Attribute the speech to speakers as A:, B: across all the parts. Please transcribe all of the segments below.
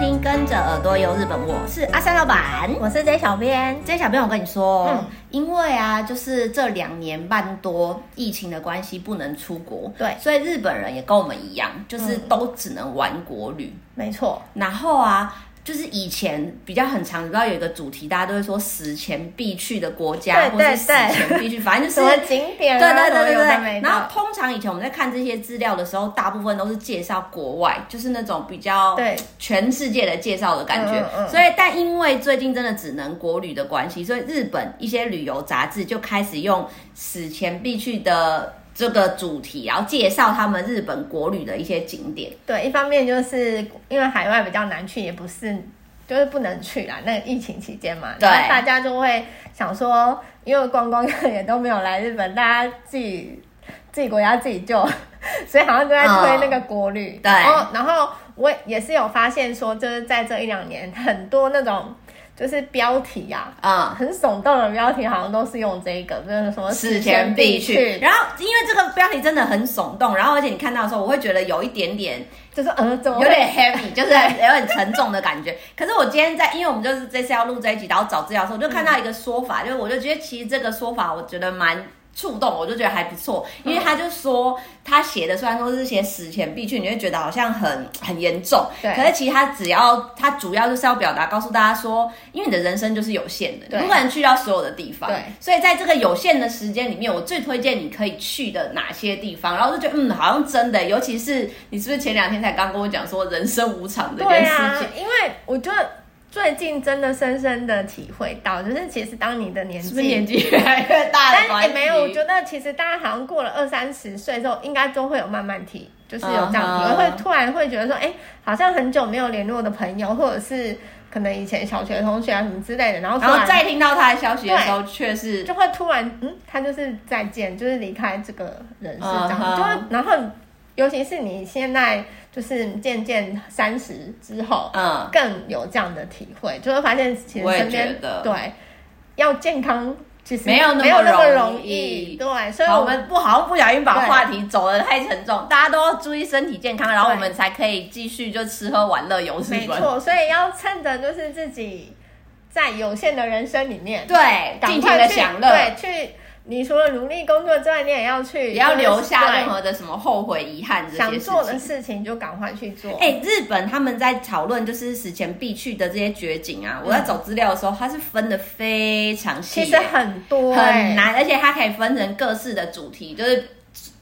A: 听《跟着耳朵游日本》，我是阿三老板。
B: 我是 J 小编，
A: 这小朋友，我跟你说，
B: 嗯
A: 因为啊，就是这两年半多疫情的关系，不能出国，
B: 对嗯
A: 所以日本人也跟我们一样，就是都只能玩国旅。
B: 没错，
A: 然后啊，就是以前比较很常，你知道有一个主题，大家都会说史前必去的国家，
B: 对对
A: 或是史前必去，反 正就
B: 什
A: 是
B: 么景点啊，
A: 对对对
B: 什么有的
A: 对对。
B: 没
A: 然后
B: 的，
A: 通常以前我们在看这些资料的时候，大部分都是介绍国外，就是那种比较
B: 对
A: 全世界的介绍的感觉。
B: 嗯嗯嗯
A: 所以，但因为最近真的只能国旅的关系，所以日本一些旅游杂志就开始用史前必去的。这个主题，然后介绍他们日本国旅的一些景点。
B: 对，一方面就是因为海外比较难去，也不是就是不能去啦，那个疫情期间嘛，
A: 对
B: 然后大家就会想说，因为观光客也都没有来日本，大家自己自己国家自己救， 所以好像都在推那个国旅，
A: 对
B: 然后然后我也是有发现说，就是在这一两年，很多那种就是标题呀、啊。
A: 嗯，
B: 很耸动的标题好像都是用这个，就是什么
A: 史前必去。然后，因为这个标题真的很耸动，然后而且你看到的时候，我会觉得有一点点
B: 就是呃，怎么
A: 有
B: 会
A: 点 heavy，就是有点沉重的感觉。 可是我今天在，因为我们就是这次要录这一集，然后找资料的时候，我就看到一个说法，就是我就觉得其实这个说法我觉得蛮。触动我就觉得还不错，因为
B: 嗯
A: 他就说他写的虽然说是写死前必去，你会觉得好像很很严重，
B: 对
A: 可是其实他只要他主要就是要表达告诉大家说，因为你的人生就是有限的，
B: 对
A: 你不可能去到所有的地方，
B: 对
A: 所以在这个有限的时间里面，我最推荐你可以去的哪些地方，然后就觉得嗯，好像真的，尤其是你是不是前两天才刚跟我讲说人生无常这件
B: 对
A: 事
B: 啊
A: 情，，
B: 因为我觉得最近真的深深的体会到，就是其实当你的年
A: 是不是
B: 纪，
A: 年纪越来越大的
B: 但
A: 关
B: 也
A: 系？
B: 哎没有，我觉得其实大家好像过了二三十岁之后，应该都会有慢慢提，就是有这样体
A: 嗯哼
B: 会，会突然会觉得说，哎，好像很久没有联络的朋友，或者是可能以前小学同学啊什么之类的，然后突
A: 然后
B: 然
A: 再听到他的消息的时候，却是
B: 就会突然，嗯，他就是再见，就是离开这个人世这
A: 嗯
B: 样
A: 哼
B: 就会然后尤其是你现在就是渐渐三十之后，
A: 嗯，
B: 更有这样的体会，就会发现其实
A: 我也
B: 身边
A: 觉得
B: 对要健康其实
A: 没有那么
B: 没有那么容
A: 容易
B: 对，所以
A: 好，
B: 我
A: 我
B: 们
A: 们不好像不小心把
B: 对
A: 话题走得太沉重，大家都要注意身体健康，然后
B: 对
A: 我们才可以继续就吃喝玩乐游戏
B: 没
A: 观。
B: 错，所以要趁着就是自己在有限的人生里面，
A: 对，
B: 赶
A: 尽情
B: 快
A: 的
B: 去
A: 享乐，
B: 对，去你除了努力工作之外，你也要去
A: 也要
B: 就是
A: 留下
B: 对
A: 任何的什么后悔、遗憾这些
B: 想
A: 事
B: 做的
A: 情。
B: 事情就赶快去做。
A: 哎、日本他们在讨论就是史前必去的这些绝景啊，我在找资料的时候，它是分的非常细
B: 嗯其
A: 耶，
B: 实很多、哎
A: 很难，而且它可以分成各式的主题，就是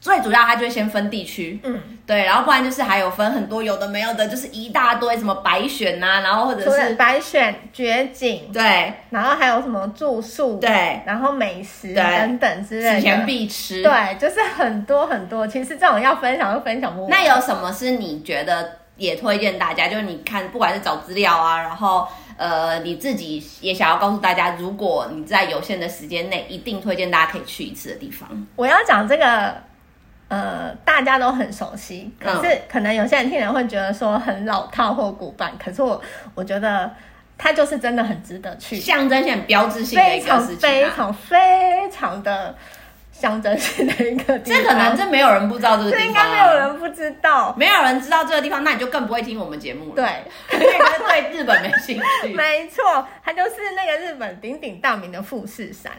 A: 最主要它就会先分地区，
B: 嗯，
A: 对，然后不然就是还有分很多有的没有的，就是一大堆什么白选呐、然后或者
B: 除了
A: 是
B: 白选绝景，
A: 对
B: 然后还有什么住宿，
A: 对
B: 然后美食
A: 对
B: 等等之类的。
A: 史前必吃。，
B: 对，就是很多很多。其实这种要分享就分享不完。
A: 那有什么是你觉得也推荐大家？就是你看，不管是找资料啊，然后呃你自己也想要告诉大家，如果你在有限的时间内，一定推荐大家可以去一次的地 方。
B: 我要讲这个，呃，大家都很熟悉，可
A: 嗯
B: 是可能有些人听了会觉得说很老套或古板，可是我我觉得它就是真的很值得去，
A: 象征性、很标志性的
B: 非
A: 一个
B: 常
A: 事情、
B: 非
A: 啊。
B: 常非常的象征性的一个地
A: 这可
B: 方。
A: 能这没有人不知道这个地
B: 这
A: 方、啊，
B: 应该没有人不知道。
A: 没有人知道这个地方，那你就更不会听我们节目了。
B: 对，，
A: 因为你对日 本没兴趣。
B: 没错，它就是那个日本鼎鼎大名的富士山。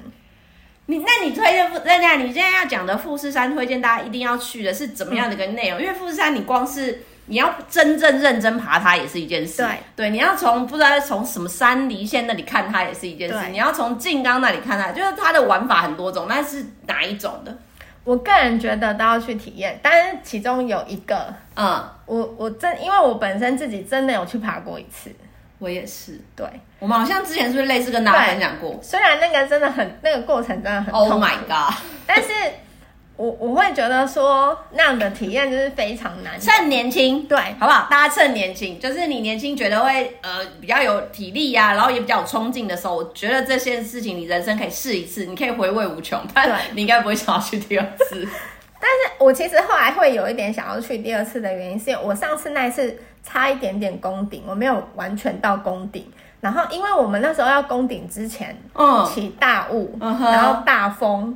A: 你那你推荐富，那那你现在要讲的富士山，推荐大家一定要去的是怎么样的一个内容？因为富士山，你光是你要真正认真爬它也是一件事，
B: 对
A: 你要从不知道从什么山梨县那里看它也是一件事，
B: 对
A: 你要从静冈那里看它，就是它的玩法很多种，那是哪一种的？
B: 我个人觉得都要去体验，但是其中有一个，
A: 嗯，
B: 我我真因为我本身自己真的有去爬过一次，
A: 我也是，
B: 对，
A: 我们好像之前是不是类似跟大家
B: 对
A: 分享过
B: 虽然那个真的很那个过程真的很
A: ？Oh
B: 痛苦
A: my god！
B: 但是我我会觉得说那样的体验就是非常难，
A: 趁年轻，
B: 对
A: 好不好？大家趁年轻，就是你年轻觉得会呃比较有体力呀、然后也比较有冲劲的时候，我觉得这件事情你人生可以试一次，你可以回味无穷。但
B: 对
A: 你应该不会想要去第二 次。
B: 但是我其实后来会有一点想要去第二次的原因，是因为我上次那一次差一点点攻顶，我没有完全到攻顶。然后，因为我们那时候要攻顶之前，
A: 嗯
B: 起大雾，
A: 嗯哼
B: 然后大风，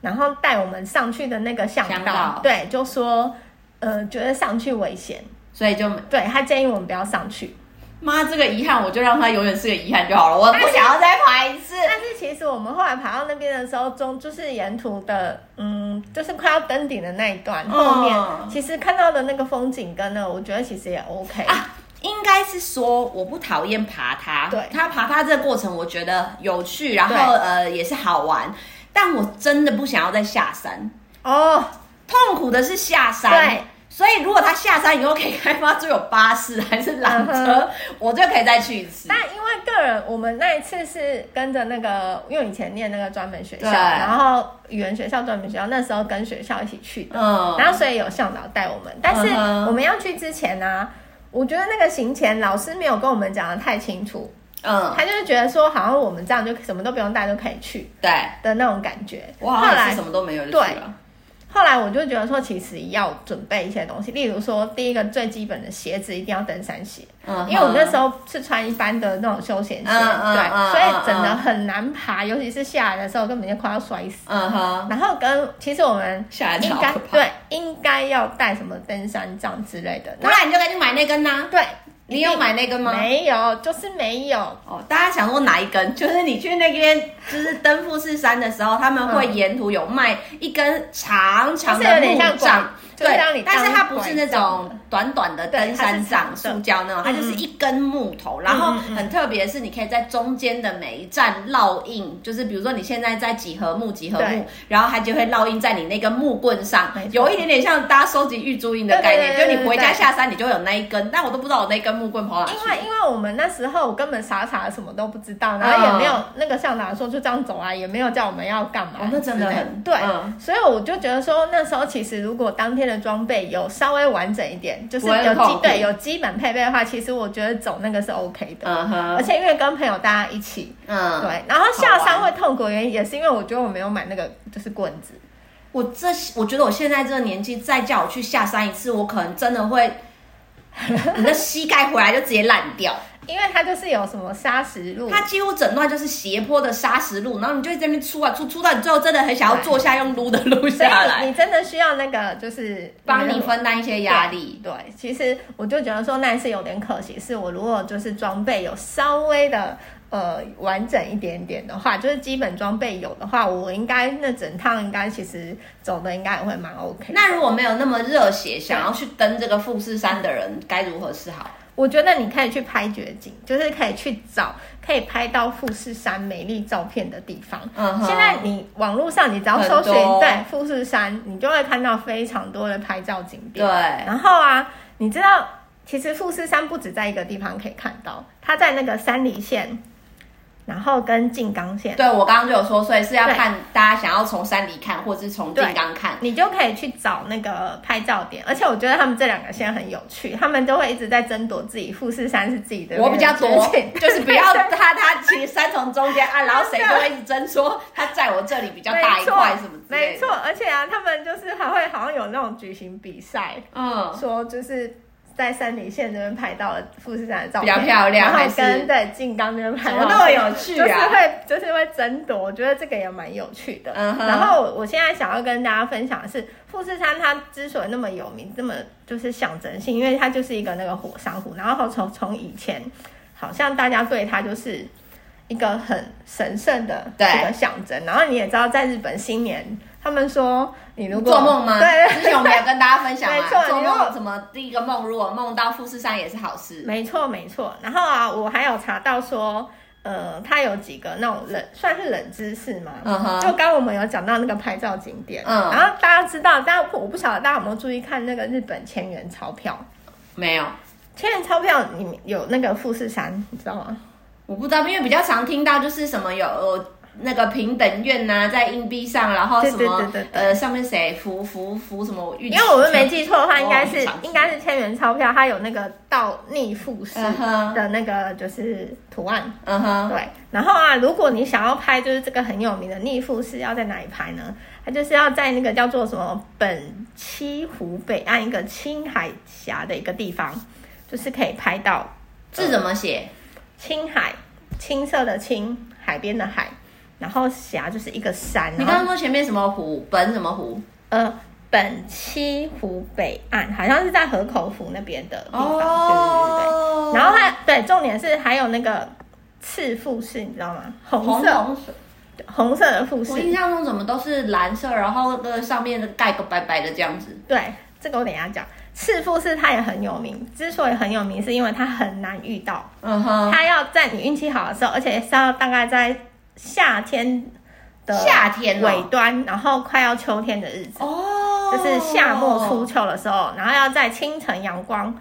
B: 然后带我们上去的那个向
A: 向
B: 导，
A: 导
B: 对，就说，呃，觉得上去危险，
A: 所以就
B: 对他建议我们不要上去。
A: 妈，这个遗憾我就让它永远是个遗憾就好了，我不想要再爬一次。
B: 但是其实我们后来爬到那边的时候，中就是沿途的，嗯，就是快要登顶的那一段，后面、
A: 嗯
B: 其实看到的那个风景跟那个，我觉得其实也 OK。
A: 啊，应该是说我不讨厌爬它，
B: 对
A: 它爬它这个过程我觉得有趣，然后
B: 对
A: 呃也是好玩，但我真的不想要再下山。
B: 哦，
A: 痛苦的是下山，
B: 对，
A: 所以如果它下山以后可以开发出有巴士还是缆
B: 嗯
A: 车，
B: 哼
A: 我就可以再去一次。
B: 但因为个人，我们那一次是跟着那个，因为以前念那个专门学校，
A: 对
B: 然后语言学校、专门学校，那时候跟学校一起去的，
A: 嗯，
B: 然后所以有向导带我们，但是
A: 嗯哼
B: 我们要去之前呢、啊我觉得那个行前老师没有跟我们讲的太清楚，
A: 嗯，
B: 他就是觉得说好像我们这样就什么都不用带就可以去
A: 对，
B: 的那种感觉。
A: 我好
B: 后
A: 像也
B: 来
A: 是什么都没有就去啊
B: 对
A: 了。
B: 后来我就觉得说，其实要准备一些东西，例如说第一个最基本的鞋子一定要登山鞋，
A: 嗯哼，
B: 因为我那时候是穿一般的那种休闲鞋，
A: 嗯嗯
B: 对，
A: 嗯
B: 所
A: 嗯
B: 以整的很难爬，尤其是下来的时候根本就快要摔死。
A: 嗯哼，
B: 然后跟其实我们
A: 下来真的
B: 应
A: 好
B: 该
A: 可怕
B: 对应该要带什么登山杖之类的，
A: 不然你就赶紧买那根呐、
B: 对，
A: 你有买那根吗？
B: 没有，就是没有。
A: 哦，大家想说哪一根？就是你去那边，就是登富士山的时候，他们会沿途有卖一根长长
B: 就是
A: 的
B: 有点
A: 木
B: 像拐
A: 杖，
B: 就是
A: 对
B: 让你，
A: 但是
B: 当
A: 它不是
B: 拐
A: 那
B: 杖
A: 种短短的
B: 对
A: 登山
B: 它
A: 杖，
B: 是长
A: 塑
B: 的嗯
A: 胶那种，它就是一根木头。然后很特别的是，你可以在中间的每一站烙印，就是比如说你现在在几何木，几何木
B: 对，
A: 然后它就会烙印在你那根木棍上
B: 没，错
A: 有一点点像大家收集玉珠印的
B: 对
A: 概
B: 对
A: 念，
B: 对
A: 就
B: 对
A: 你回
B: 对
A: 家
B: 对
A: 下山，你就会有那一根，但我都不知道我那根木棍跑哪去了。
B: 因为因为我们那时候我根本傻傻的什么都不知道，然后也没有、
A: 嗯
B: 那个向导说就这样走啊，也没有叫我们要干嘛之类、
A: 哦那真的很
B: 对、
A: 嗯
B: 所以我就觉得说那时候其实如果当天的装备有稍微完整一点，就是
A: 不会
B: 有
A: 很痛
B: 基
A: 苦
B: 对有基本配备的话，其实我觉得走那个是 OK 的，
A: 嗯
B: 而
A: 哼，
B: 且因为跟朋友大家一起，
A: 嗯，
B: 对，然后下山
A: 好
B: 会
A: 玩
B: 痛苦的原因也是因为我觉得我没有买那个就是棍子，
A: 我这我觉得我现在这个年纪，再叫我去下山一次，我可能真的会， 你的膝盖回来就直接烂掉。
B: 因为它就是有什么砂石路，
A: 它几乎整段就是斜坡的砂石路，然后你就在那边出啊出，出到你最后真的很想要坐下，用撸的撸
B: 所以
A: 下
B: 你
A: 来，
B: 你真的需要那个就是
A: 帮
B: 那
A: 你
B: 个
A: 分担一些压力。
B: 对，其实我就觉得说那一次有点可惜，是我如果就是装备有稍微的呃完整一点点的话，就是基本装备有的话，我应该那整趟应该其实走的应该也会蛮 OK。
A: 那如果没有那么热血，想要去登这个富士山的人，该如何是好？
B: 我觉得你可以去拍绝景，就是可以去找可以拍到富士山美丽照片的地方。
A: 嗯哼
B: 现在你网络上你只要搜寻
A: 很多
B: 对富士山，你就会看到非常多的拍照景点。
A: 对
B: 然后啊，你知道其实富士山不止在一个地方可以看到，它在那个山梨县，然后跟静冈县，
A: 对我刚刚就有说，所以是要
B: 对
A: 看大家想要从山里看，或者是从
B: 对
A: 金刚看。
B: 你就可以去找那个拍照点。而且我觉得他们这两个县很有趣，他们都会一直在争夺自己富士山是自己的那
A: 我
B: 个
A: 比较
B: 绝景。
A: 多，就是不要他他其实三从中间啊，然后谁就会一直争说他在我这里比较大一块什么之类的。
B: 没错，，而且啊，他们就是还会好像有那种举行比赛，
A: 嗯，
B: 说就是在山梨县这边拍到了富士山的照片，
A: 比较漂亮
B: 然
A: 还
B: 后
A: 是
B: 跟对静冈那边拍
A: 怎
B: 到
A: 么
B: 的，
A: 那么有趣
B: 就是
A: 啊？
B: 会就是会争夺，我觉得这个也蛮有趣的。
A: 嗯哼
B: 然后我我现在想要跟大家分享的是，富士山它之所以那么有名，这么就是象征性，因为它就是一个那个火山湖，然后从从以前好像大家对它就是。一个很神圣的
A: 对
B: 一个象征，然后你也知道，在日本新年，他们说你如果
A: 做梦吗？
B: 对，
A: 之前我们有跟大家分享
B: 没错
A: 嘛，做
B: 你如果
A: 梦什么第一个梦，如果梦到富士山也是好事。
B: 没错，没错。然后啊，我还有查到说，呃，它有几个那种冷，算是冷知识嘛。
A: 嗯哼
B: 就刚我们有讲到那个拍照景点，
A: 嗯
B: 然后大家知道，但我不晓得大家有没有注意看那个日本千元钞票。
A: 没有，
B: 千元钞票里面有那个富士山，你知道吗？
A: 我不知道，因为比较常听到就是什么有。有那个平等院呐、在硬币上，然后什么
B: 对对对对对
A: 呃，上面谁福福福什么运
B: 因
A: 气？
B: 为我们没记错的话，
A: 哦
B: 应该是、
A: 长期
B: 应该是千元钞票，它有那个倒逆富士
A: 嗯哼
B: 的那个就是图案。
A: 嗯哼，
B: 对，然后啊，如果你想要拍就是这个很有名的逆富士，要在哪里拍呢？它就是要在那个叫做什么本溪湖北岸一个青海峡的一个地方，就是可以拍到
A: 字怎么写？
B: 青海青色的青，海边的海，然后峡就是一个山，
A: 你
B: 然
A: 刚刚
B: 后
A: 说前面什么湖，本什么湖？
B: 呃本溪湖北岸，好像是在河口湖那边的地方，对对对对。
A: 哦，
B: 哦然后它对，重点是还有那个赤富士，你知道吗？红
A: 红
B: 色
A: 红水，
B: 红色的富士
A: 我，印象中怎么都是蓝色，然后那个上面的盖个白白的这样子。
B: 对，这个我等一下讲。赤富士它也很有名，之所以很有名，是因为它很难遇到，
A: 嗯哼，
B: 它要在你运气好的时候，而且是要大概在夏天的
A: 夏天
B: 尾
A: 哦，
B: 端，然后快要秋天的日子，
A: 哦
B: 就是夏末初秋的时候，然后要在清晨阳光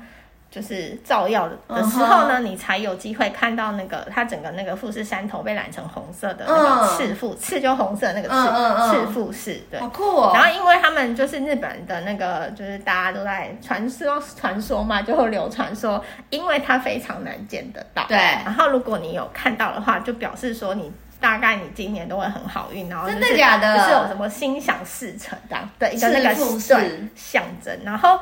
B: 就是照耀的时
A: 嗯
B: 候呢，你才有机会看到那个它整个那个富士山头被染成红色的那个
A: 嗯
B: 赤富，赤就红色的那个赤、
A: 嗯嗯嗯
B: 赤富士，对。
A: 好酷哦。
B: 然后，因为他们就是日本的那个，就是大家都在传说传说嘛，就会流传说，因为它非常难见得到。
A: 对
B: 然后，如果你有看到的话，就表示说你大概你今年都会很好运，然后、就是、
A: 真的假的
B: 就是有什么心想事成的啊对一个那个
A: 是不是
B: 对象征。然后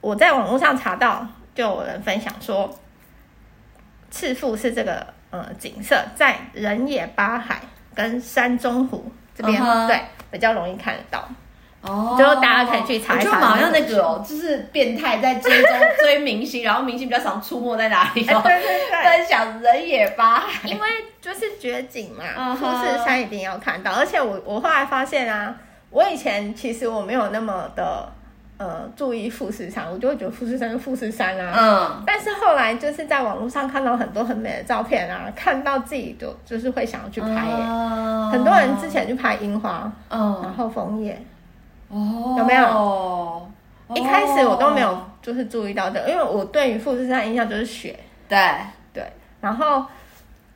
B: 我在网络上查到，就有人分享说，赤富是这个呃景色在人野八海跟山中湖这边、
A: 嗯哼
B: 对比较容易看得到。
A: 哦
B: 就大家可以去查一
A: 我觉
B: 查
A: 得我们好像那个哦，就是变态在追踪追明星，然后明星比较常出没在哪里
B: 哎、
A: 哦。
B: 对对对。
A: 分享人也八海，
B: 因为就是绝景嘛，
A: 嗯
B: 富
A: 哼
B: 士山一定要看到。而且我我后来发现啊，我以前其实我没有那么的呃注意富士山，我就会觉得富士山就富士山啊。
A: 嗯，
B: 但是后来就是在网络上看到很多很美的照片啊，看到自己就就是会想要去拍耶、
A: 嗯
B: 很多人之，前去拍樱花，然
A: 嗯，
B: 后枫叶，
A: 哦，
B: 有没有
A: 有
B: 一开始我都没有，就是注意到的，因为我对于富士山的印象就是雪，
A: 对，
B: 对，然后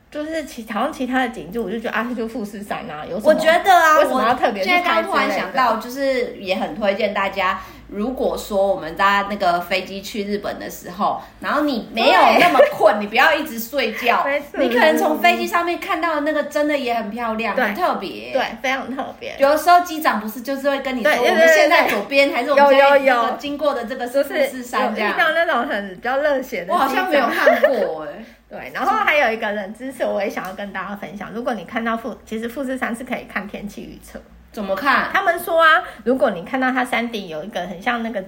B: 就是其好像其他的景致，我就觉得啊，就富士山啊，有什么
A: 我觉得啊，
B: 为什么要
A: 我
B: 特别去
A: 现在刚
B: 拍之
A: 突然
B: 类
A: 想
B: 的
A: 到，就是也很推荐大家，如果说我们搭那个飞机去日本的时候，然后你没有
B: 对
A: 那么困，你不要一直睡觉
B: 没，错
A: 你可能从飞机上面看到的那个真的也很漂亮，
B: 对
A: 很特别。
B: 对，非常特别，
A: 有的时候机长不是就是会跟你说，
B: 对对
A: 我
B: 对
A: 们
B: 对
A: 现在
B: 对
A: 左边还是我们
B: 有
A: 现在
B: 有有
A: 这个经过的这个
B: 就
A: 富
B: 是有
A: 士山这
B: 遇
A: 样。
B: 到那种很比较热血的，
A: 我好像没有。看过哎、
B: 对，然后还有一个冷知识，我也想要跟大家分享。如果你看到富，其实富士山是可以看天气预测。
A: 怎么看？
B: 他们说啊，如果你看到它山顶有一个很像那个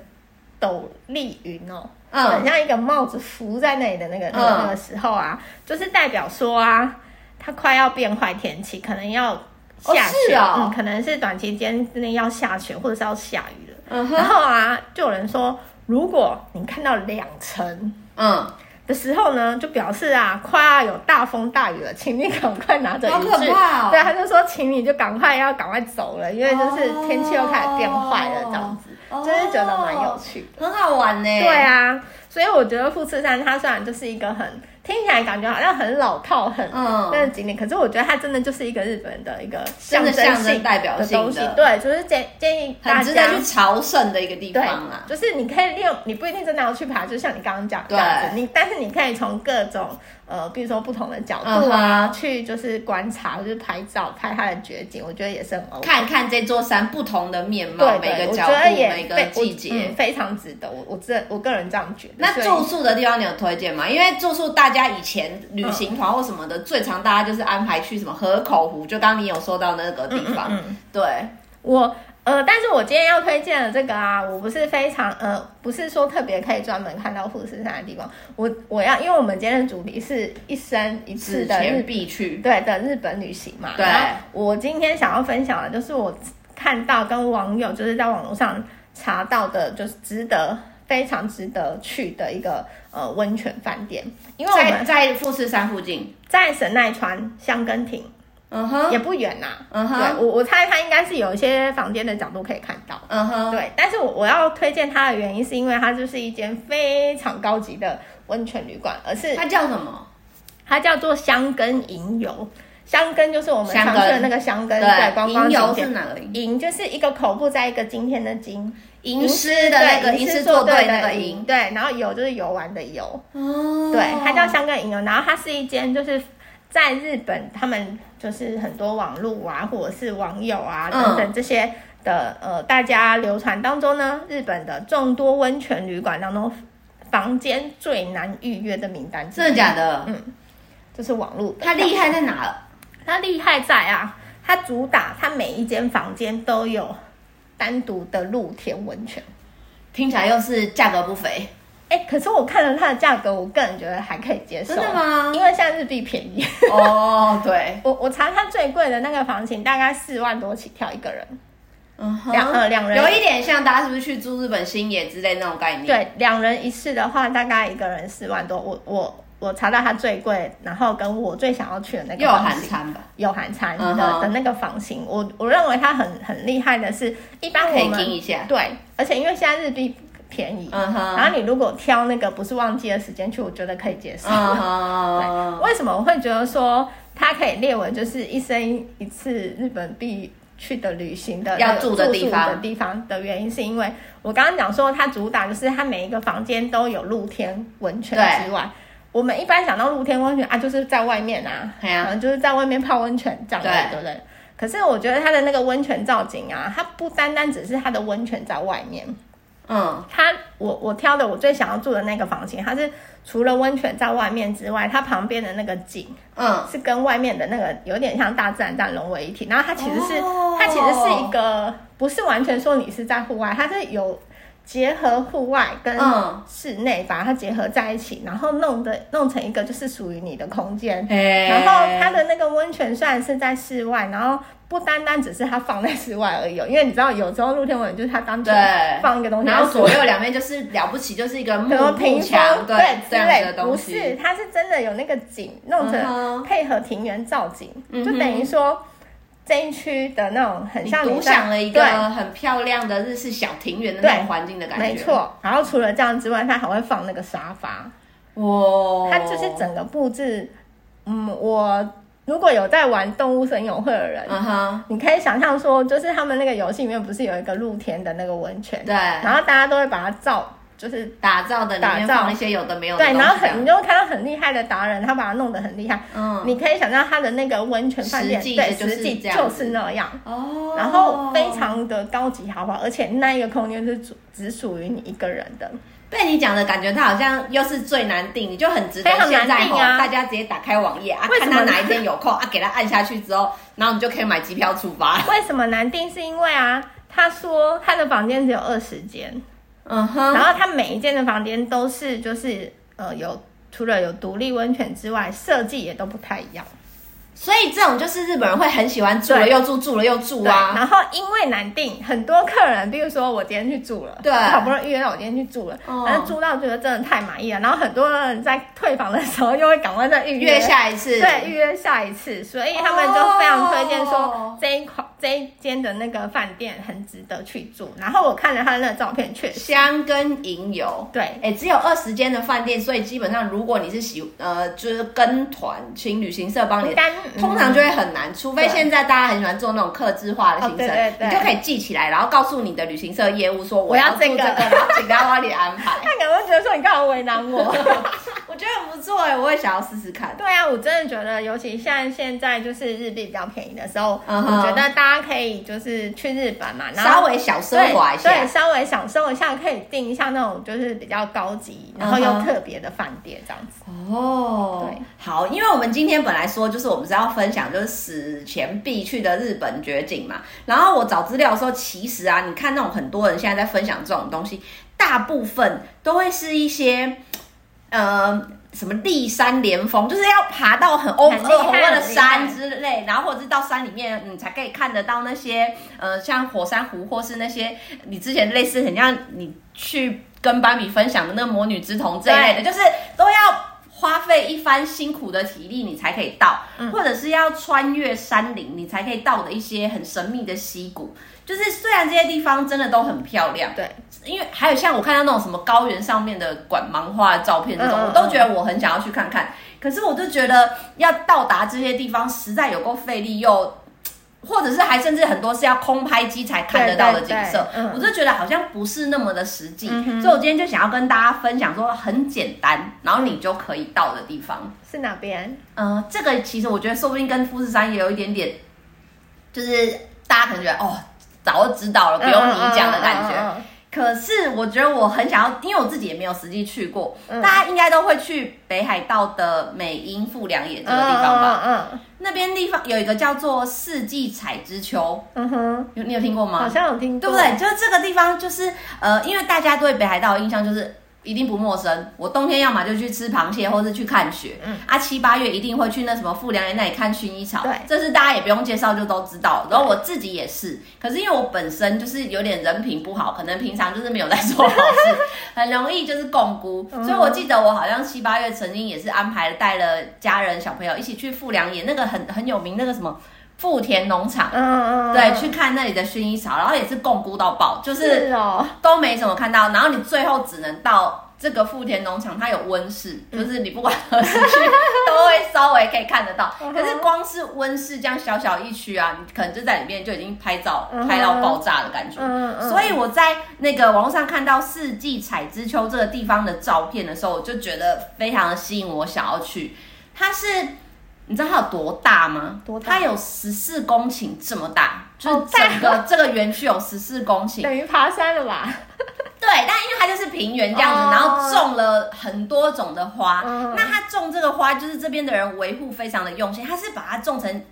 B: 斗笠云哦，很
A: 嗯，
B: 像一个帽子浮在那里的那个那个
A: 嗯
B: 那个时候啊，就是代表说啊，它快要变坏天气，可能要下雪，
A: 是哦
B: 嗯，可能是短期间之内要下雪或者是要下雨了。
A: 嗯哼，
B: 然后啊，就有人说，如果你看到两层。
A: 嗯，
B: 的时候呢，就表示啊，快要有大风大雨了，请你赶快拿着雨
A: 好可
B: 具。
A: 怕哦
B: 对，他就说，请你就赶快要赶快走了，因为就是天气又开始变坏了，这样子，
A: 哦
B: 就是觉得蛮有趣的。
A: 很好玩呢、
B: 对啊，所以我觉得富士山它虽然就是一个很听起来感觉好像很老套、很
A: 嗯
B: 那个景点，可是我觉得它真的就是一个日本的一个
A: 真
B: 象
A: 的
B: 征
A: 象征
B: 性
A: 代表
B: 的
A: 性
B: 东西
A: 的。
B: 对，就是建建议大
A: 很值
B: 家
A: 得去朝圣的一个地
B: 对
A: 方啦，。
B: 就是你可以利用，你不一定真的要去爬，就像你刚刚讲的
A: 对
B: 这样子，你但是你可以从各种呃，比如说不同的角度啊
A: 嗯哼
B: 去就是观察，就是拍照拍它的绝景，我觉得也是很 OK。
A: 看看这座山不同的面貌，
B: 对
A: 每
B: 对，
A: 个
B: 我
A: 角
B: 觉
A: 度、
B: 得也
A: 每个
B: 非我
A: 季节。
B: 嗯非常值得。我我这我个人这样觉得。
A: 那
B: 所以
A: 住宿的地方你有推荐吗？因为住宿大家以前旅行团或什么的，最常大家就是安排去什么河口湖，就刚刚你有说到那个地方，
B: 嗯
A: 对，
B: 我呃，但是我今天要推荐的这个啊，我不是非常呃，不是说特别可以专门看到富士山的地方。我我要，因为我们今天的主题是一生一次
A: 此
B: 的日
A: 前必去。
B: 对的日本旅行嘛。
A: 对
B: 然后我今天想要分享的就是我看到跟网友就是在网络上查到的，就是值得非常值得去的一个呃温泉饭店，因为我
A: 在
B: 们
A: 在富士山附近，
B: 在神奈川香根町
A: 嗯哼，
B: 也不远呐、
A: 嗯
B: 对
A: 哼，
B: 我我猜它应该是有一些房间的角度可以看到。
A: 嗯哼，
B: 对，但是我我要推荐它的原因是因为它就是一间非常高级的温泉旅馆，而是
A: 它叫什么？
B: 它叫做香根银游。香根就是我们常
A: 香
B: 去的
A: 根
B: 那个香根，对，观光
A: 银
B: 景
A: 游是
B: 点。
A: 哪个银？
B: 银就是一个口部在一个今天的金，
A: 吟诗的那个
B: 对
A: 吟诗作对那个
B: 吟，
A: 吟，
B: 对，然后游就是游玩的游，
A: 哦
B: 对，它叫香根银游，然后它是一间就是在日本他们就是很多网络啊或者是网友啊
A: 嗯
B: 等等这些的、呃大家流传当中呢，日本的众多温泉旅馆当中房间最难预约的名单之一，
A: 真的假
B: 嗯
A: 的？
B: 就是网络的
A: 它厉害在哪了？
B: 它厉害在啊，它主打它每一间房间都有单独的露天温泉。
A: 听起来又是价格不菲，
B: 哎、可是我看了它的价格，我个人觉得还可以接受。
A: 真的吗
B: 因为现在日币便宜。
A: 哦，对，
B: 我我查它最贵的那个房型大概四万多起跳一个人，
A: 嗯哼
B: 两呃两人
A: 有一点像大家是不是去住日本星野之类那种概念？，
B: 对，两人一室的话大概一个人四万多。我我我查到它最贵，然后跟我最想要去的那个
A: 又有
B: 房
A: 含
B: 型
A: 餐吧，
B: 有含餐的、
A: 嗯哼
B: 的那个房型，我我认为它很很厉害的是，一般
A: 可
B: 我
A: 以听一
B: 们
A: 下。
B: 对，而且因为现在日币便宜，
A: 嗯哼，
B: 然后你如果挑那个不是旺季的时间去，我觉得可以接受。
A: 嗯哼，
B: 为什么我会觉得说它可以列为就是一生一次日本必去的旅行的
A: 要
B: 那个
A: 住的地
B: 宿
A: 方
B: 的地方的原因，是因为我刚刚讲说它主打就是它每一个房间都有露天温泉
A: 对
B: 之外，我们一般想到露天温泉啊，就是在外面啊，
A: 对啊
B: 可能就是在外面泡温泉这样子，
A: 对
B: 对不对？可是我觉得它的那个温泉造景啊，它不单单只是它的温泉在外面，
A: 嗯，
B: 它我我挑的我最想要住的那个房型，它是除了温泉在外面之外，它旁边的那个景
A: 嗯，
B: 是跟外面的那个有点像大自然但融为一体。然后它其实是、
A: 哦
B: 它其实是一个不是完全说你是在户外，它是有结合户外跟
A: 嗯
B: 室内把它结合在一起，然后弄的弄成一个就是属于你的空间。
A: 嘿
B: 然后它的那个温泉虽然是在室外，然后不单单只是它放在室外而已哦，因为你知道有时候露天温泉就是它单纯
A: 对
B: 放一个东西在
A: 然
B: 室外，
A: 后左右两边就是了不起，就是一个木
B: 什么
A: 木
B: 屏
A: 墙，
B: 风
A: 对这
B: 之
A: 样子
B: 类
A: 的，
B: 不
A: 东
B: 是，
A: 西，
B: 它是真的有那个景弄
A: 嗯
B: 成
A: 哼
B: 配合庭园造景，
A: 嗯哼
B: 就等于说这一区的那种很
A: 你
B: 像
A: 独
B: 在
A: 享了一个
B: 对
A: 很漂亮的日式小庭园的那种
B: 对
A: 环境的感觉，
B: 没，错，然后除了这样之外，它还会放那个沙发，
A: 哇，
B: 它就是整个布置。嗯，我如果有在玩动物森友会的人，
A: 嗯哼，
B: 你可以想象说，就是他们那个游戏里面不是有一个露天的那个温泉，
A: 对，
B: 然后大家都会把它造，就是
A: 打造的里面
B: 打造
A: 放一些有的没有的
B: 对，
A: 东西
B: 然后很你就会看到很厉害的达人，他把它弄得很厉害。
A: 嗯，
B: 你可以想象它的那个温泉饭店，
A: 实际
B: 对，
A: 就是
B: 实际
A: 这样
B: 就
A: 子
B: 是那样，
A: 哦，
B: 然后非常的高级豪华，而且那一个空间是只只属于你一个人的。
A: 被你讲的感觉，它好像又是最难定，你就很值得
B: 非常
A: 现
B: 难
A: 在吼、
B: 定啊
A: 大家直接打开网页啊，
B: 为什
A: 看
B: 么
A: 他哪一天有空啊，给他按下去之后，然后你就可以买机票出发。
B: 为什么难定？是因为啊，他说他的房间只有二十间，
A: 嗯哼，
B: 然后他每一间的房间都是就是呃有除了有独立温泉之外，设计也都不太一样。
A: 所以这种就是日本人会很喜欢住了
B: 对
A: 又住，住了又住
B: 对，
A: 啊。
B: 然后因为难定，很多客人，比如说我今天去住了，
A: 对
B: 我好不容易约到我今天去住了，
A: 哦
B: 然后住到觉得真的太满意了，然后很多人在退房的时候又会赶快再预
A: 约下一次，
B: 对，预约下一次，所以他们就非常推荐
A: 哦
B: 说这一款、这一间的那个饭店很值得去住。然后我看了他的那个照片，确实
A: 香跟银游。
B: 对，
A: 哎、只有二十间的饭店，所以基本上如果你是喜呃，就是跟团请旅行社帮你
B: 应，该
A: 嗯通常就会很难，除非
B: 对
A: 现在大家很喜欢做那种客制化的行程，
B: 哦对对对
A: 你就可以记起来，然后告诉你的旅行社业务说我
B: 我要
A: 要住这个，
B: 这个
A: 然后请他帮你安排。
B: 他可能会觉得说你干嘛为难我。
A: 我觉得很不错哎、我也想要试试看。
B: 对啊，我真的觉得，尤其像现在就是日币比较便宜的时候
A: 嗯哼
B: 我觉得大家可以就是去日本嘛，然
A: 稍
B: 后
A: 微小奢华一
B: 对，
A: 下
B: 对，，稍微享受一下，可以订一下那种就是比较高级，然后
A: 嗯
B: 又
A: 哼
B: 特别的饭店这样子。
A: 哦
B: 对，
A: 好，因为我们今天本来说就是我们是要分享就是死前必去的日本绝景嘛，然后我找资料的时候，其实啊，你看那种很多人现在在分享这种东西，大部分都会是一些，呃。什么立山连峰，就是要爬到很欧
B: 很厉
A: 欧
B: 害
A: 很的
B: 很厉害
A: 山之类，然后或者是到山里面，你才可以看得到那些呃，像火山湖或是那些你之前类似很像你去跟芭比分享的那个魔女之瞳这一类的，就是都要花费一番辛苦的体力你才可以到，
B: 嗯
A: 或者是要穿越山林你才可以到的一些很神秘的溪谷。就是虽然这些地方真的都很漂亮，
B: 对，
A: 因为还有像我看到那种什么高原上面的管芒花的照片这种，
B: 嗯嗯
A: 我都觉得我很想要去看看。可是我就觉得要到达这些地方实在有够费力又。或者是还甚至很多是要空拍机才看得到的景色，
B: 对对对嗯
A: 我就觉得好像不是那么的实际，
B: 嗯哼
A: 所以我今天就想要跟大家分享说很简单，然后你就可以到的地方。
B: 是哪边？
A: 呃，这个其实我觉得说不定跟富士山也有一点点，就是大家可能觉得哦，早就知道了，不用你讲的感觉。
B: 嗯嗯嗯嗯嗯
A: 可可是我觉得我很想要，因为我自己也没有实际去过，
B: 嗯
A: 大家应该都会去北海道的美瑛富良野这个地方吧？
B: 嗯嗯
A: 那边地方有一个叫做四季彩之丘，
B: 嗯嗯哼，
A: 有你有听过吗？
B: 好像有听
A: 对
B: 过，
A: 不对？？就是这个地方，就是呃，因为大家对北海道的印象就是一定不陌生。我冬天要么就去吃螃蟹，或是去看雪。
B: 嗯
A: 啊，七八月一定会去那什么富良野那里看薰衣草。
B: 对
A: 这是大家也不用介绍就都知道。然后我自己也是，可是因为我本身就是有点人品不好，可能平常就是没有在做好事， 很容易就是共辜。
B: 嗯
A: 所以我记得我好像七八月曾经也是安排带了家人小朋友一起去富良野那个很很有名那个什么富田农场。
B: 嗯嗯嗯，
A: 对，去看那里的薰衣草，然后也是共估到爆，就是
B: 是哦，
A: 都没怎么看到，然后你最后只能到这个富田农场，它有温室，
B: 嗯
A: 就是你不管何时去都会稍微可以看得到。
B: 嗯哼
A: 可是光是温室这样小小一区啊，你可能就在里面就已经拍照
B: 嗯哼
A: 拍到爆炸的感觉。
B: 嗯嗯，
A: 所以我在那个网络上看到四季彩之丘这个地方的照片的时候，我就觉得非常的吸引我，想要去。它是，你知道它有多大吗？
B: 多大哦
A: 它有十四公顷这么大，就
B: 好
A: 是
B: 大
A: 整个这个园区有十四公顷。
B: 等于爬山了吧？
A: 对，但因为它就是平原这样子，
B: 哦
A: 然后种了很多种的花。
B: 嗯
A: 那它种这个花，就是这边的人维护非常的用心，它是把它种成。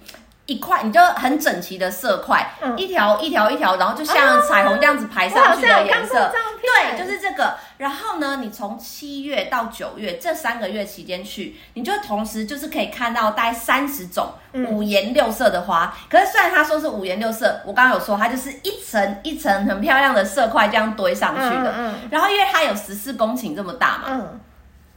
A: 一块，你就很整齐的色块，
B: 嗯哦
A: 一条一条一条，然后就像彩虹这样子排
B: 我好
A: 上去
B: 像
A: 的
B: 有看
A: 颜
B: 过
A: 色
B: 照。片，
A: 对，就是这个。然后呢，你从七月到九月这三个月期间去，你就同时就是可以看到大概三十种
B: 嗯
A: 五颜六色的花。可是虽然他说是五颜六色，我刚刚有说它就是一层一层很漂亮的色块这样堆上去的。
B: 嗯嗯
A: 然后因为它有十四公顷这么大嘛，
B: 嗯，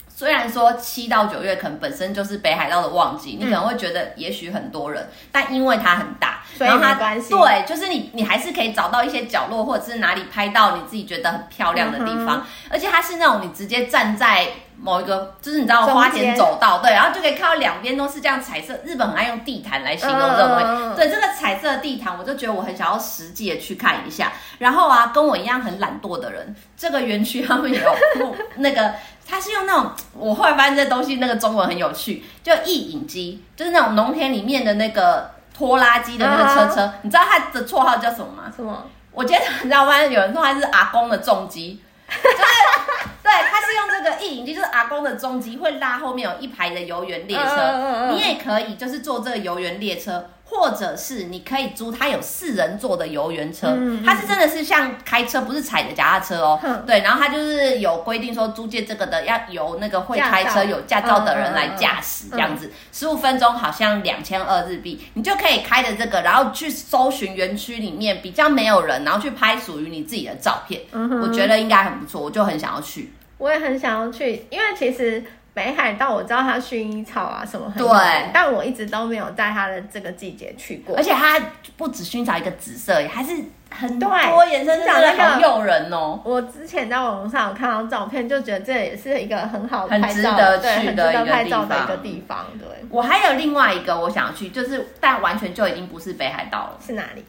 A: 虽然说七到九月可能本身就是北海道的旺季，你可能会觉得也许很多人，但因为它很大，
B: 嗯所以
A: 然后它
B: 没关系
A: 对，就是你你还是可以找到一些角落或者是哪里拍到你自己觉得很漂亮的地
B: 嗯
A: 方，而且它是那种你直接站在。某一个就是你知道
B: 中间
A: 花田走道对，然后就可以看到两边都是这样彩色。日本很爱用地毯来形容这种东西，
B: 嗯嗯嗯
A: 对这个彩色的地毯，我就觉得我很想要实际的去看一下。然后啊，跟我一样很懒惰的人，这个园区他们也有附那个，它是用那种我后来发现这东西那个中文很有趣，就意影机，就是那种农田里面的那个拖拉机的那个车车。你知道它的绰号叫什么吗？
B: 什么？
A: 我今天很早发现有人说它是阿公的重机，就是对，它是用这个意影机，就是阿公的重机会拉后面有一排的游园列车。
B: 嗯嗯嗯
A: 你也可以就是坐这个游园列车，或者是你可以租它有四人座的游园车，
B: 嗯嗯
A: 它是真的是像开车，不是踩着脚踏车哦。
B: 嗯
A: 对，然后它就是有规定说租借这个的要由那个会开
B: 驾照
A: 车有驾照的人来
B: 嗯嗯嗯
A: 驾驶这样子，十五、分钟好像两千二日币，你就可以开着这个，然后去搜寻园区里面比较没有人，然后去拍属于你自己的照片。
B: 嗯哼
A: 我觉得应该很不错，我就很想要去。
B: 我也很想要去，因为其实北海道我知道它薰衣草啊什么很
A: 对
B: 有名，但我一直都没有在它的这个季节去过
A: 而。且它不只寻找一个紫色，还是很多
B: 对
A: 延伸下来，
B: 就是那个
A: 好诱人哦。
B: 我之前在网络上有看到照片，就觉得这也是一个很好
A: 很
B: 拍
A: 值
B: 照
A: 得
B: 对
A: 去
B: 很值
A: 的一
B: 得
A: 个
B: 拍
A: 地
B: 照的一
A: 方
B: 个地方。对，
A: 我还有另外一个我想去，就是但完全就已经不是北海道了，
B: 是哪里？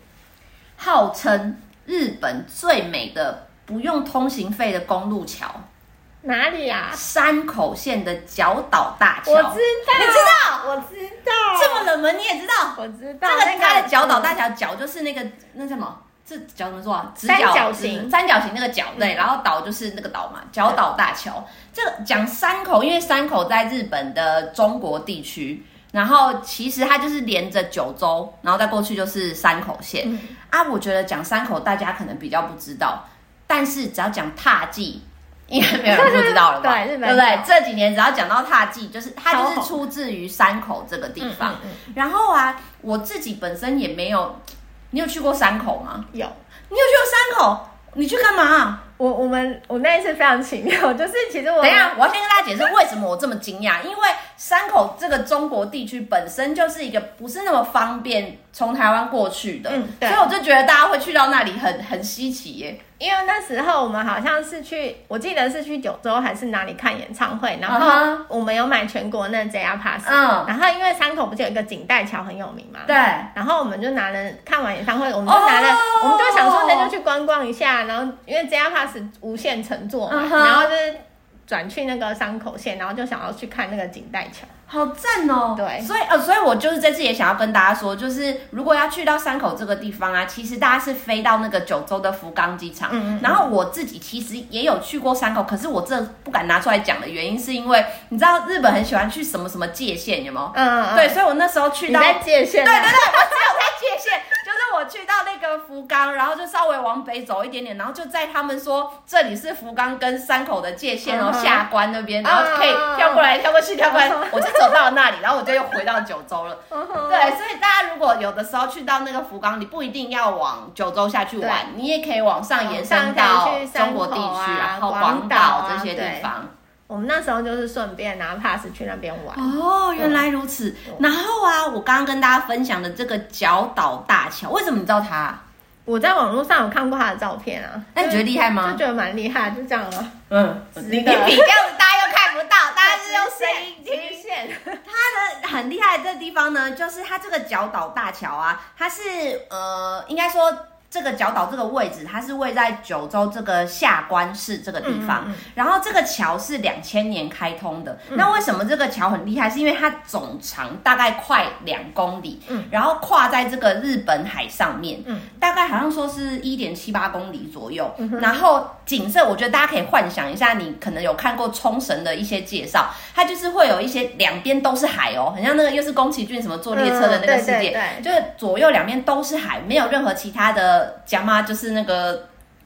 A: 号称日本最美的不用通行费的公路桥
B: 哪里啊
A: ——山口县的角岛大桥。
B: 我知道，
A: 你知道
B: 我知道，
A: 这么冷门你也知道？
B: 我知道
A: 这个
B: 那嗯
A: 它的角岛大桥，角就是那个那叫什么？这角怎么说啊？直
B: 三
A: 角
B: 角
A: 是不是
B: 形嗯
A: 三角形那个角对，然后岛就是那个岛嘛，角岛大桥。这个讲山口，因为山口在日本的中国地区，然后其实它就是连着九州，然后再过去就是山口县。
B: 嗯
A: 啊，我觉得讲山口大家可能比较不知道，但是只要讲踏迹。应该没有人不知道了吧？
B: 对日本
A: 对不对
B: 岛？
A: 这几年只要讲到踏迹，就是它就
B: 超
A: 是
B: 红
A: 出自于山口这个地
B: 嗯
A: 方。
B: 嗯
A: 然后啊，我自己本身也没有，你有去过山口吗？
B: 嗯有。
A: 你有去过山口？你去干嘛、
B: 我我们我那一次非常奇妙，就是其实我
A: 等一啊下，我要先跟大家解释为什么我这么惊讶，因为山口这个中国地区本身就是一个不是那么方便从台湾过去的，
B: 嗯
A: 所
B: 对
A: 以我就觉得大家会去到那里很很稀奇耶。
B: 因为那时候我们好像是去，我记得是去九州还是哪里看演唱会，然
A: 嗯
B: 后
A: 哼
B: 我们有买全国那 JR Pass，、
A: 嗯
B: 然后因为山口不是有一个景带桥很有名嘛，
A: 对，
B: 然后我们就拿了看完演唱会，我们就拿了，
A: 哦
B: 我们就想说那就去观光一下，然后因为 JR Pass 无限乘坐嘛
A: 嗯哼
B: 然后就是转去那个山口县，然后就想要去看那个景带桥。
A: 好赞哦！
B: 对
A: 所以呃，所以我就是这次也想要跟大家说，就是如果要去到山口这个地方啊，其实大家是飞到那个九州的福冈机场。嗯然后我自己其实也有去过山口，可是我这不敢拿出来讲的原因，是因为你知道日本很喜欢去什么什么界限，有没有？
B: 嗯，嗯，
A: 对，所以我那时候去
B: 你
A: 到
B: 在界限
A: 对
B: 啊，
A: 对对，我只有在界限，就是我去到那个福冈，然后就稍微往北走一点点，然后就在他们说这里是福冈跟山口的界限，然后
B: 嗯哼嗯
A: 下关那边，然后可以跳过来跳过去跳过来，我就走 到那里，然后我就又回到九州了。
B: 嗯哼
A: 对，所以大家如果有的时候去到那个福冈，你不一定要往九州下去玩，你也可以往上延伸到啊中国地
B: 往上可以去山口
A: 区，
B: 啊
A: 然后
B: 广
A: 广
B: 岛
A: 岛
B: 啊
A: 这些地
B: 对
A: 方。
B: 我们那时候就是顺便拿 pass 去那边玩。
A: 哦，原来如此。然后啊，我刚刚跟大家分享的这个角岛大桥，为什么你知道它啊？
B: 我在网络上有看过他的照片啊，
A: 那你觉得厉害吗
B: 就觉得蛮厉害，就这样啊。
A: 嗯，你你比这
B: 的
A: 样子大家又看不到，大家是用声音听。
B: 极限，
A: 它的很厉害的这地方呢，就是它这个角岛大桥啊，它是呃，应该说这个角岛这个位置，它是位在九州这个下关市这个地方。
B: 嗯嗯
A: 然后这个桥是两千年开通的。那为什么这个桥很厉害？是因为它总长大概快两公里，
B: 嗯
A: 然后跨在这个日本海上面，
B: 嗯
A: 大概好像说是一点七八公里左右。
B: 嗯哼
A: 然后景色，我觉得大家可以幻想一下，你可能有看过冲绳的一些介绍，它就是会有一些两边都是海哦，很像那个又是宫崎骏什么坐列车的那个世界，
B: 嗯对对
A: 就是左右两边都是海，没有任何其他的讲嘛，就是那个。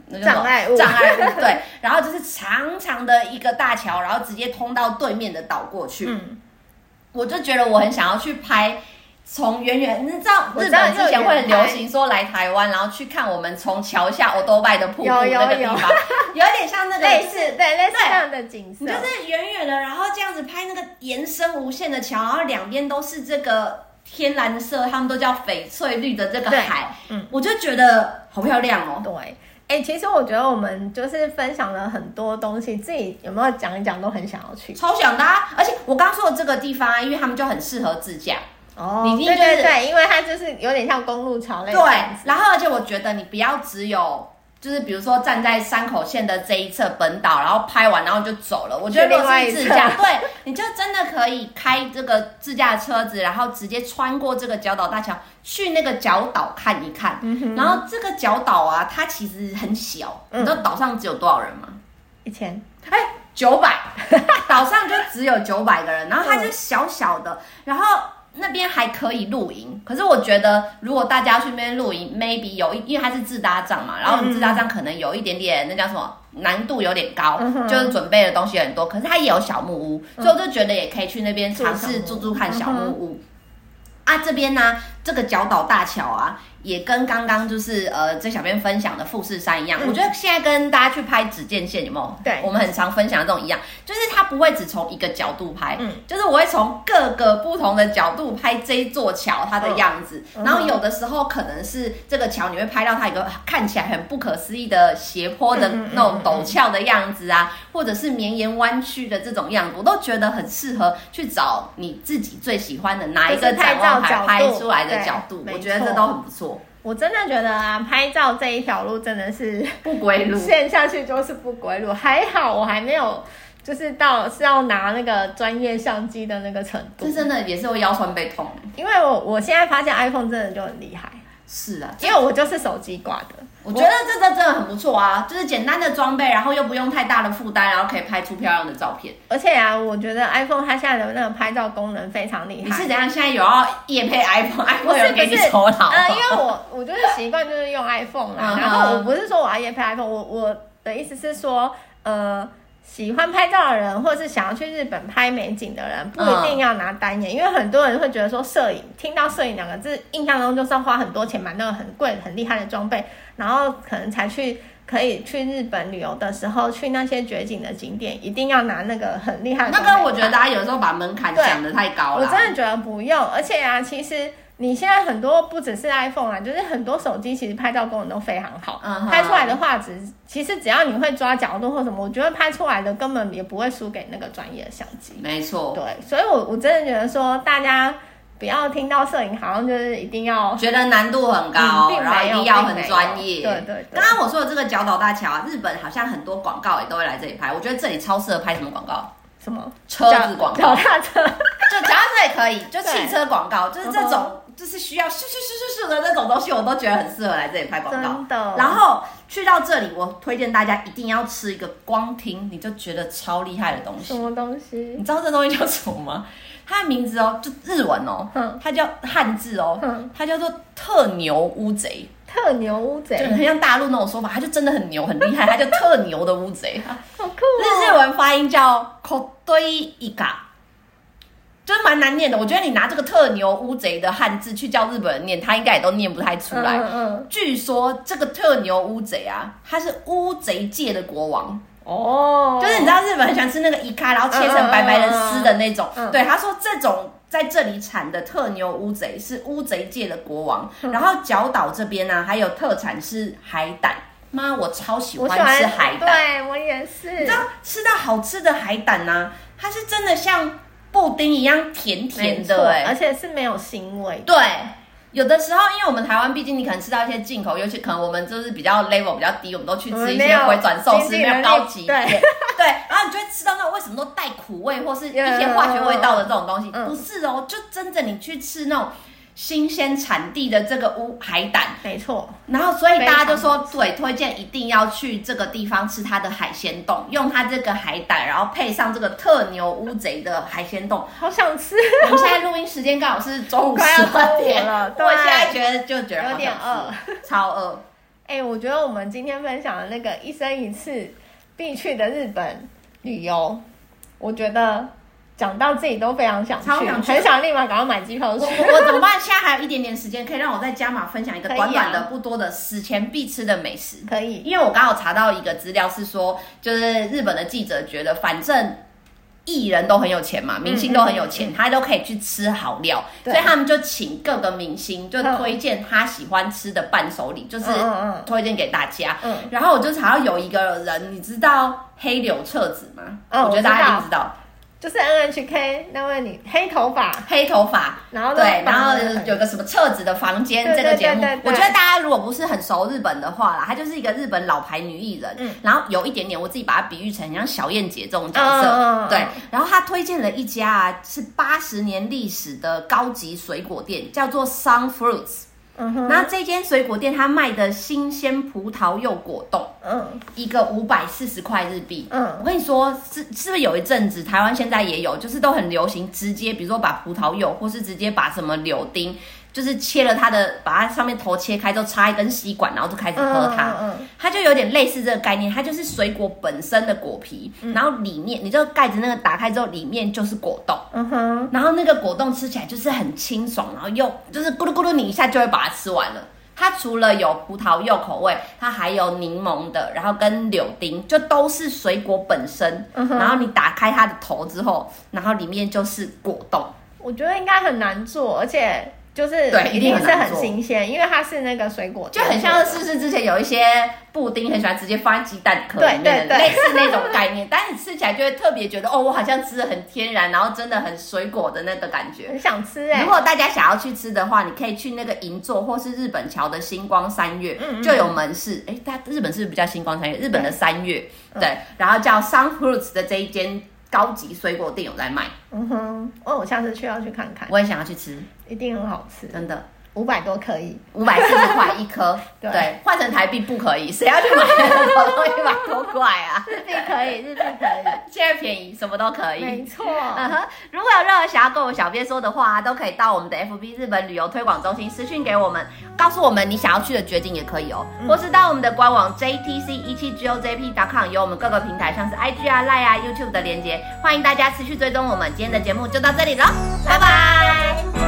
A: 那个什么
B: 障碍物
A: 障碍物，对，然后就是长长的一个大桥，然后直接通到对面的岛过去。
B: 嗯，
A: 我就觉得我很想要去拍，从远远，你知道
B: 我
A: 日
B: 知道
A: 本之前会很
B: 有
A: 流
B: 远
A: 行说来台湾，然后去看我们从桥下 o d o b 的瀑布
B: 有有
A: 那个地 方，有一点像那个
B: 类似对类似
A: 对
B: 这样的景色
A: 你就，是远远的，然后这样子拍那个延伸无限的桥，然后两边都是这个天蓝色，他们都叫翡翠绿的这个
B: 对
A: 海，
B: 嗯，
A: 我就觉得好漂亮哦。
B: 对，哎、其实我觉得我们就是分享了很多东西，自己有没有讲一讲都很想要去。
A: 超想的、啊，而且我刚说的这个地方啊，因为他们就很适合自驾，
B: 哦
A: 你一定
B: 对
A: 就是
B: 对对，因为它就是有点像公路桥类
A: 对
B: 的样子。，
A: 然后而且我觉得你不要只有。就是比如说站在山口县的这一侧本岛，然后拍完然后就走了。我觉得如
B: 去另
A: 果
B: 外
A: 是
B: 一侧
A: 自驾，对，你就真的可以开这个自驾车子，然后直接穿过这个角岛大桥，去那个角岛看一看。
B: 嗯
A: 然后这个角岛啊，它其实很小，
B: 嗯
A: 你知道岛上只有多少人吗？
B: 以前
A: 哎，九百， 岛上就只有九百个人，然后它就小小的，然后那边还可以露营。可是我觉得，如果大家去那边露营，maybe 有一，因为它是自搭帐嘛，然后你自搭帐可能有一点点那叫什么难度有点高，
B: 嗯哼嗯
A: 就是准备的东西很多。可是它也有小木屋，所以我就觉得也可以去那边尝试
B: 住小木
A: 住
B: 屋
A: 住看小木
B: 嗯
A: 屋。啊，这边呢、这个角岛大桥啊，也跟刚刚就是呃，这小编分享的富士山一样，
B: 嗯
A: 我觉得现在跟大家去拍指剑线有没有？
B: 对
A: 我们很常分享的这种一样，就是它不会只从一个角度拍，
B: 嗯
A: 就是我会从各个不同的角度拍这一座桥它的样子，
B: 嗯
A: 然后有的时候可能是这个桥你会拍到它一个看起来很不可思议的斜坡的
B: 嗯嗯嗯
A: 那种
B: 嗯
A: 陡峭的样子啊，或者是绵延弯曲的这种样子，我都觉得很适合去找你自己最喜欢的哪一
B: 就
A: 个
B: 是拍
A: 展望
B: 照角
A: 台
B: 度
A: 拍出来的
B: 对
A: 角度，我
B: 没
A: 觉得这
B: 错
A: 都很不错，
B: 我真的觉得啊，拍照这一条路真的是
A: 不归路。
B: 陷下去就是不归路。还好我还没有，就是到是要拿那个专业相机的那个程度
A: 这，真的也是会腰酸背痛的。
B: 因为我我现在发现 iPhone 真的就很厉害，
A: 是啊，
B: 因为我就是手机挂的。
A: 我觉得这个真的很不错啊，就是简单的装备，然后又不用太大的负担，然后可以拍出漂亮的照片。
B: 而且啊，我觉得 iPhone 它现在的那个拍照功能非常厉
A: 你
B: 害
A: 是。怎样？现在有要夜配 iPhone，iPhone 有人给你
B: 不是
A: 酬劳？
B: 呃，因为我我就是习惯就是用 iPhone 啦
A: 嗯，哼
B: 然后我不是说我要夜拍 iPhone，我我的意思是说，呃，喜欢拍照的人，或是想要去日本拍美景的人，不
A: 嗯
B: 一定要拿单眼，因为很多人会觉得说摄影，听到摄影两个字，印象中就是要花很多钱买那个很贵很厉害的装备，然后可能才去。可以去日本旅游的时候，去那些绝景的景点，一定要拿那个很厉害的
A: 那
B: 装备拍。
A: 个我觉得大家有时候把门槛
B: 对
A: 讲的太高
B: 我
A: 了。啊
B: 真的觉得不用，而且啊，其实你现在很多不只是 iPhone 啊，就是很多手机其实拍照功能都非常好，
A: 嗯哼
B: 拍出来的画质，其实只要你会抓角度或什么，我觉得拍出来的根本也不会输给那个专业的相机。
A: 没错，
B: 对，所以我我真的觉得说大家。不要听到摄影好像就是一定要
A: 觉得难度很高，
B: 嗯并没有
A: 然后一定要很专业。
B: 并没有对对对
A: 刚刚我说的这个角岛大桥啊，日本好像很多广告也都会来这里拍，我觉得这里超适合拍什么广告？
B: 什么
A: 车子广告
B: 脚，踏车，
A: 就脚踏车也可以，就
B: 对
A: 汽车广告，就是这
B: 嗯
A: 种，就是需要咻咻咻咻咻的那种东西，我都觉得很适合来这里拍广告。
B: 真的。
A: 然后去到这里，我推荐大家一定要吃一个光听你就觉得超厉害的东
B: 什
A: 西。
B: 么东西
A: 你？知道这东西叫什么吗？它的名字哦，就日文哦，
B: 嗯
A: 它叫汉字哦，
B: 嗯
A: 它叫做特牛乌贼，
B: 特牛乌贼
A: 就，很像大陆那种说法，它就真的很牛很厉 害，它叫特牛的乌贼。
B: 好酷
A: 日日
B: 哦！
A: 文发音叫 kodoi iga，就是蛮难念的。我觉得你拿这个特牛乌贼的汉字去叫日本人念，他应该也都念不太出来。
B: 嗯嗯，
A: 据说这个特牛乌贼啊，他是乌贼界的国王，
B: 哦，
A: 就是你知道日本很喜欢吃那个伊卡，然后切成白白的丝的那种。
B: 嗯嗯嗯
A: 对，他说这种在这里产的特牛乌贼是乌贼界的国王。
B: 嗯
A: 然后角岛这边呢、还有特产是海胆。妈，我超喜
B: 我
A: 欢
B: 喜欢
A: 吃海胆，
B: 对我也是
A: 你知。道吃到好吃的海胆呢、它是真的像布丁一样甜甜的、
B: 没错而
A: 哎，
B: 且是没有腥味。
A: 对。有的时候，因为我们台湾，毕竟你可能吃到一些进口，尤其可能我们就是比较 level 比较低，我们都去吃一些回转寿司，
B: 我们没
A: 没
B: 有
A: 有高级一点。
B: 对
A: 对，然后你就会吃到那种为什么都带苦味或是一些化学味道的这种东西，
B: 嗯
A: 不是哦，就真正你去吃那种新鲜产地的这个乌海胆，
B: 没错，
A: 然后，所以
B: 非
A: 大家
B: 常
A: 就说，对，推荐一定要去这个地方吃它的海鲜冻，用它这个海胆，然后配上这个特牛乌贼的海鲜冻。
B: 好 想吃，
A: 我们现在录音时间刚好是中午
B: 快要
A: 十二
B: 中午
A: 点
B: 了对
A: 我现在觉得就觉得好
B: 有
A: 想
B: 点
A: 吃
B: 饿，。
A: 超饿。
B: 哎、我觉得我们今天分享的那个一生一次必去的日本旅游，我觉得讲到自己都非常想去，
A: 超想去
B: 很想立马赶快买机票
A: 我
B: 去。
A: 我我怎么办？现在还有一点点时间，可以让我再加码分享一个
B: 可以
A: 短短的
B: 啊
A: 不多的史前必吃的美食。
B: 可以，
A: 因为我刚好查到一个资料是说，就是日本的记者觉得，反正艺人都很有钱
B: 嗯
A: 嘛，明星都很有钱，他都可以去吃好料，
B: 对
A: 所以他们就请各个明星就推荐他喜欢吃的伴手礼，就是
B: 嗯嗯嗯
A: 推荐给大家。
B: 嗯
A: 然后我就查到有一个人，你知道黑柳彻子吗？
B: 嗯
A: 我觉
B: 我
A: 得
B: 知道
A: 大家一定知道，
B: 就是 NHK 那位女黑头发，
A: 黑头发。
B: 然后
A: 对，然后有
B: 就
A: 个什么册子的房间
B: 对
A: 这个节目
B: 对对对，对
A: 我觉得大家如果不是很熟日本的话啦，她就是一个日本老牌女艺人，
B: 嗯
A: 然后有一点点我自己把她比喻成像小燕姐这种角
B: 嗯嗯嗯
A: 色，
B: 嗯
A: 对。然后她推荐了一家啊是八十年历史的高级水果店，叫做 Sun Fruits。
B: 嗯哼，
A: 那这间水果店它卖的新鲜葡萄柚果冻，
B: 嗯
A: 一个五百四十块日币。我
B: 嗯，
A: 跟你说，是是不是有一阵子台湾现在也有，就是都很流行直接，比如说把葡萄柚，或是直接把什么柳丁，就是切了它的，把它上面头切开之后插一根吸管，然后就开始喝它。
B: 嗯嗯
A: 它就有点类似这个概念，它就是水果本身的果皮，然后里面你这个盖子那个打开之后，里面就是果冻。
B: 嗯哼，
A: 然后那个果冻吃起来就是很清爽，然后又就是咕噜咕噜，你一下就会把它吃完了。它除了有葡萄柚口味，它还有柠檬的，然后跟柳丁，就都是水果本身。
B: 嗯哼
A: 然后你打开它的头之后，然后里面就是果冻。
B: 我觉得应该很难做，而且就是
A: 对一定
B: 一定
A: 很
B: 是
A: 难
B: 很
A: 做
B: 新鲜，因为它是那个水果
A: 就
B: 店做的，
A: 很像是不是之前有一些布丁很喜欢直接放在鸡蛋壳里面的
B: 对对对
A: 类似那种概念，但是你吃起来就会特别觉得哦，我好像吃的很天然，然后真的很水果的那个感觉。
B: 很想吃哎、
A: 如果大家想要去吃的话，你可以去那个银座或是日本桥的星光三月，
B: 嗯嗯
A: 就有门市。哎、大日本是不是比较星光三月？日本的三月，
B: 嗯
A: 对，然后叫 Sun Fruits 的这一间高级水果店有在卖，
B: 嗯哼，哦，我下次去要去看看，
A: 我也想要去吃，
B: 一定很好吃，
A: 真的。
B: 五百多可以。
A: 五百四十块一颗，
B: 对
A: 对，换成台币不可以，谁要去 买那种东西一百多块啊？
B: 日币可以，日币可
A: 现在便宜，什么都可
B: 以，没
A: 以。
B: 错。
A: 嗯哼，如果有任何想要跟我们小编说的话、都可以到我们的 FB 日本旅游推广中心私讯给我们，告诉我们你想要去的绝景也可以哦，或是到我们的官网 JTC 一七 GOJP.com 有我们各个平台像是 IG 啊、Line 啊、YouTube 的连接，欢迎大家持续追踪我们。今天的节目就到这里了，拜拜